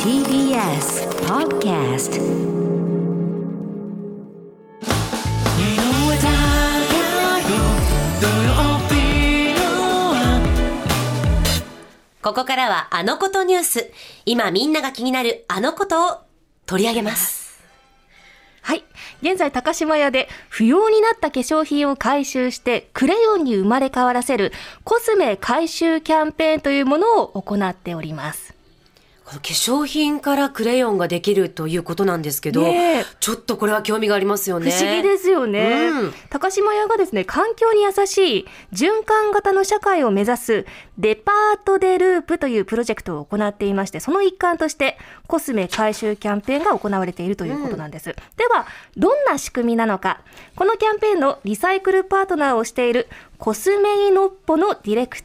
TBS Podcast ここからはあのことニュース今みんなが気になるあのことを取り上げますはい。現在、高島屋で不要になった化粧品を回収して、クレヨンに生まれ変わらせるコスメ回収キャンペーンというものを行っております。この化粧品からクレヨンができるということなんですけど、ねえちょっとこれは興味がありますよ不ね思議ですよね。うん高島屋がですね、環境に優しい循環型の社会を目指すデパートデループというプロジェクトを行っていまして、その一環としてコスメ回収キャンペーンが行われているということなんです。では、どんな仕組みなのか、このキャンペーンのリサイクルパートナーをしているコスメイノッポのディレク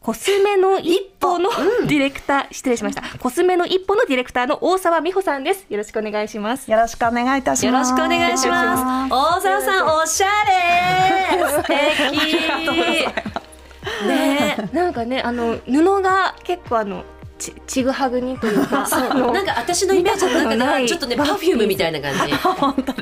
コスメの一歩のディレクター、失礼しました。コスメの一歩のディレクターの大沢美穂さんです。よろしくお願いします。よろしくお願いいたしよろましす。くお願いします。大沢さん、おしゃれ。素敵。ねなんかね、あの布が結構あのちちぐはぐにというか、あえ、のなんか私のイメージの中ではちょっとね、ワンピパースフュームみたいな感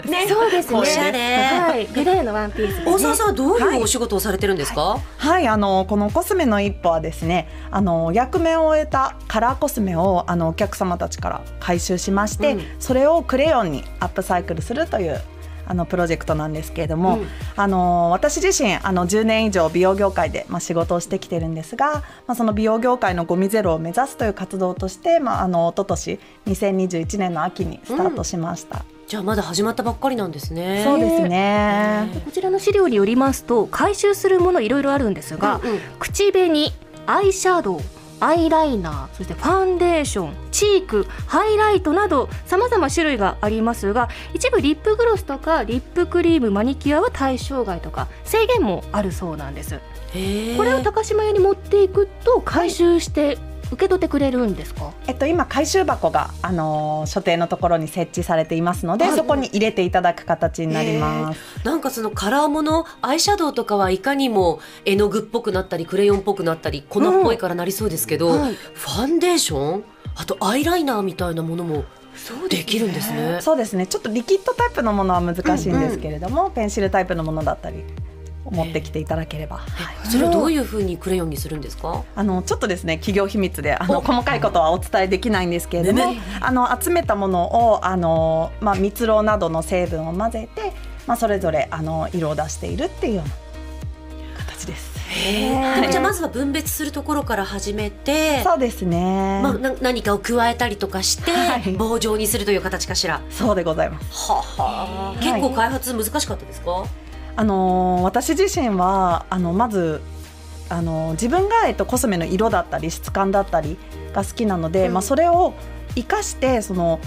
じ。ね、そうですね。おしゃれはい、グレーのワンピース、ね。大沢さんはどうはいいうお仕事をされてるんですか。はい、あのこのコスメの一歩はですね、あの役目を終えたカラーコスメをあのお客様たちから回収しまして、うんそれをクレヨンにアップサイクルするという。あのプロジェクトなんですけれども、うんあの私自身あの10年以上美容業界で、まあ、仕事をしてきてるんですが、まあ、その美容業界のゴミゼロを目指すという活動として、まあ、あの一昨年2021年の秋にスタートしました、じゃあ、まだ始まったばっかりなんですね。そうですね、こちらの資料によりますと、回収するものいろいろあるんですが、うんうん口紅、アイシャドウ。アイライナー、そしてファンデーション、チーク、ハイライトなど様々種類がありますが、一部リップグロスとかリップクリーム、マニキュアは対象外とか制限もあるそうなんです。へえこれを高島屋に持っていくと回収して受け取ってくれるんですか、えっと、今回収箱が、あのー所定のところに設置されていますので、はいそこに入れていただく形になります。なんかそのカラーものアイシャドウとかはいかにも絵の具っぽくなったりクレヨンっぽくなったり粉っぽいからなりそうですけど、うんはいファンデーションあとアイライナーみたいなものもできるんですね。そうですねちょっとリキッドタイプのものは難しいんですけれども、ペンシルタイプのものだったりを持ってきていただければ、はいそれをどういうふうにクレヨンにするんですか。あのちょっとですね企業秘密であのお細かいことはお伝えできないんですけれども、ねあの集めたものをあの、まあ、蜜蝋などの成分を混ぜて、まあ、それぞれあの色を出しているっていうような形です。でもじゃあまずは分別するところから始めて、そうですね、まあ、な何かを加えたりとかして、はい棒状にするという形かしら。はそうでございますは結構開発難しかったですか。あのー私自身はあのまず、あのー自分が、えっと、コスメの色だったり質感だったりが好きなので、うんまあ、それを生かしてその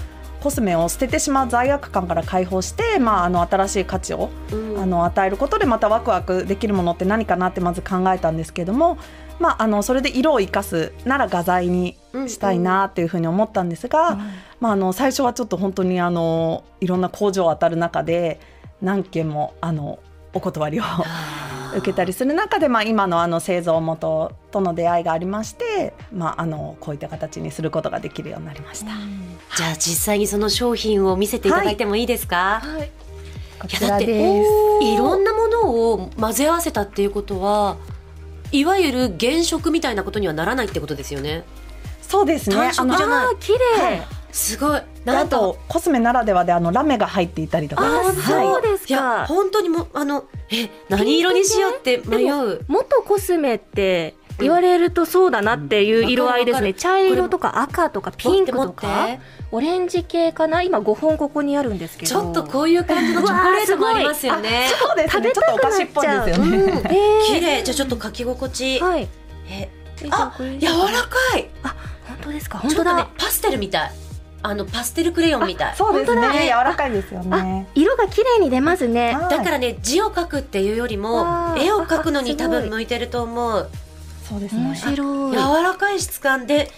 コスメを捨ててしまう罪悪感から解放して、まあ、あの新しい価値をうんあの与えることでまたワクワクできるものって何かなってまず考えたんですけども、まあ、あのそれで色を生かすなら画材にしたいなっていうふうに思ったんですが、まあ、あの最初はちょっと本当にあのいろんな工場を当たる中で何件もあのお断りを受けたりする中で、まあ、今のあの製造元との出会いがありまして、まあ、あのこういった形にすることができるようになりました。じゃあ実際にその商品を見せていただいてもいいですか。はい、こいやちだらってですいろんなものを混ぜ合わせたっていうことはいわゆる原色みたいなことにはならないってことですよねそうですね単色じゃないあー綺麗、はいすごいあのなあんととコスメならではであのラメが入っていたりとかあーそうですいやか本当にもうあのえ何色にしようって迷う元コスメって言われるとそうだなっていう色合いですね、うん茶色とか赤とかピンクと持って持かってオレンジ系かな今5本ここにあるんですけどちょっとこういう感じのチョコレートもうわーすごいありますよねそうですねちょっとお菓子っぽいですようね。んえー綺麗じゃあちょっと書き心地はいえああ柔柔らかい本当ですかちょ本当っとねだパステルみたいあのパステルクレヨンみたいそうです本当だね柔らかいですよね。色が綺麗に出ますねはいだからね字を書くっていうよりもあー絵を描くのにあすご多い分向いてると思うそうです面ね。白い柔らかい質感で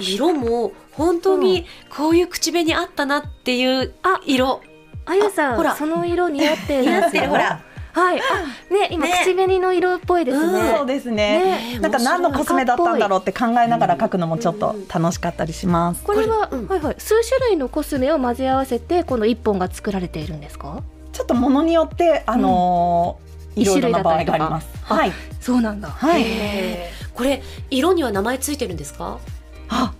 色も本当にこういう口紅あったなっていう色、あゆさあほらんその色似合ってるやつほらはい。あ、ね、今、ね口紅の色っぽいですうんね。そうですねねえなんか何のコスメだったんだろうって考えながら書くのもちょっうとんうん楽しかったりします。これは、これうんはいはい、数種類のコスメを混ぜ合わせて、この一本が作られているんですか。ちょっとものによってあのうーんいろいろな場合一が種類だありったまりす。かはいそうなんだ。はへい。えこれ色には名前ついてるんですかあ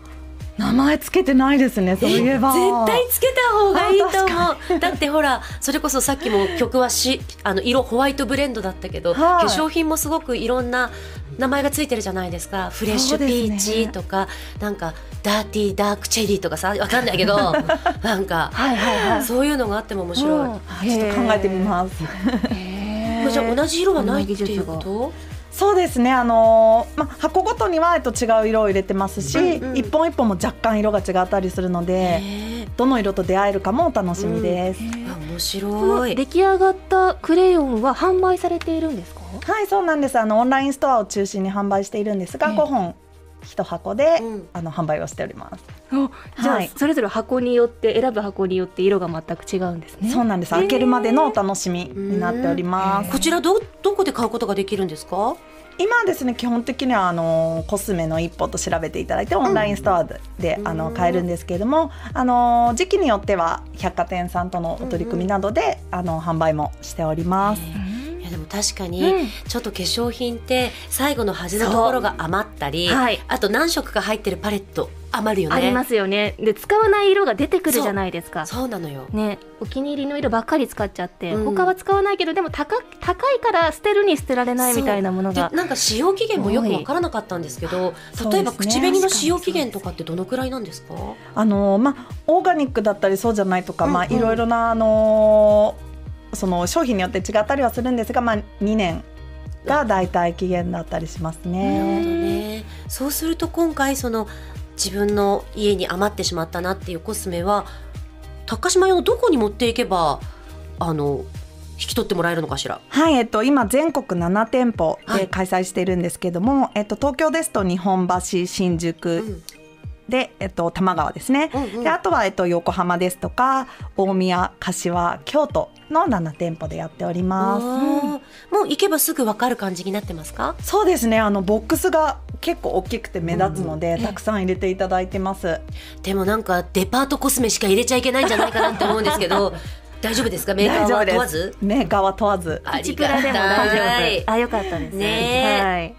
名前つけてないですね。そういえば絶対つけた方がいいとあ思うだってほらそれこそさっきも曲はしあの色ホワイトブレンドだったけど、はい化粧品もすごくいろんな名前がついてるじゃないですかフレッシュピーチとか、なんかダーティーダークチェリーとかさわかんないけどなんかはいはいはい。そういうのがあっても面白い、もあちょっと考えてみます。す。へうーじゃあ同じ色はないっていうことそうですね、あのーまあ、箱ごとには、えっと、違う色を入れてますし、うんうん一本一本も若干色が違ったりするので、へえどの色と出会えるかもお楽しみです。あ面この白い出来上がったクレヨンは販売されているんですか。はいそうなんですあのオンラインストアを中心に販売しているんですが、ええ5本1箱で、うんあの販売をしております、じゃはあいそれぞれ箱によって選ぶ箱によって色が全く違うんですね。そうなんです、ええ開けるまでのお楽しみになっております、こちらどどこで買うことができるんですか今はですね基本的にはあのコスメの一歩と調べていただいてオンラインストアで、うんあの買えるんですけれどもあの時期によっては百貨店さんとのお取り組みなどで、あの販売もしております、うんいやでも確かに、うんちょっと化粧品って最後の端のところが余ったり、はいあと何色か入ってるパレット余るよねありますよね。で使わない色が出てくるじゃないですか。そうなのよね、お気に入りの色ばっかり使っちゃって、うん他は使わないけどでも高高いから捨てるに捨てられないみたいなものでがなんか使用期限もよくわからなかったんですけどそう例えですねば口紅の使用期限とかってどのくらいなんですかあのまあオーガニックだったりそうじゃないとか、まあうんうんいろいろなあのその商品によって違ったりはするんですが、まあ2年が大体期限だったりしますなるほね。どねそうすると今回その自分の家に余ってしまったなっていうコスメは高島屋のどこに持っていけばあの引き取ってもらえるのかしらはい、えっと今全国7店舗はいで開催しているんですけども、えっと東京ですと日本橋、新う宿んで、えっと多摩川ですね。うんうんであとは、えっと、横浜ですとか大宮柏京都の7店舗でやっておりあます。ーもう行けばすぐわかる感じになってますかそうですねあのボックスが結構大きくて目立つので、うんたくさん入れていただいてますでもなんかデパートコスメしか入れちゃいけないんじゃないかなって思うんですけ ど大丈夫ですかメーカーは問わずメーカーは問わずあり一がプラでも大丈た夫。あ、よかったです。ねえはい。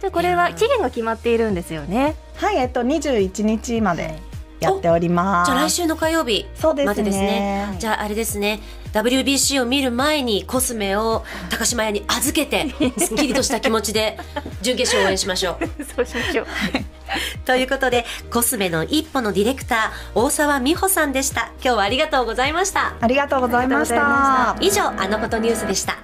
じゃあこれは期限が決まっているんですよね。はいえっと21日までやっておりますじゃあ来週の火曜日そうですねまでですねじゃああれですね WBC を見る前にコスメを高島屋に預け てすっきりとした気持ちで準決勝を応援しましょう。 そうしましょう。 ということでコスメの一歩のディレクター大沢美穂さんでした今日はありがとうございましたありがとうございましありがとうございました以上あのことニュースでした。